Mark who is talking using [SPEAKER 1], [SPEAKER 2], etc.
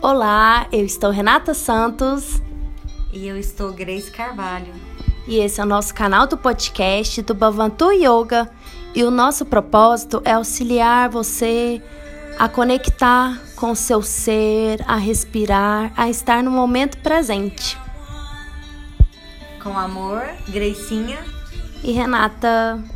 [SPEAKER 1] Olá, eu estou Renata Santos
[SPEAKER 2] E eu estou Grace Carvalho.
[SPEAKER 1] e esse é o nosso canal do podcast do Bhavantu Yoga. E o nosso propósito é auxiliar você a conectar com o seu ser, a respirar, a estar no momento presente.
[SPEAKER 2] Com amor, Gracinha.
[SPEAKER 1] E Renata,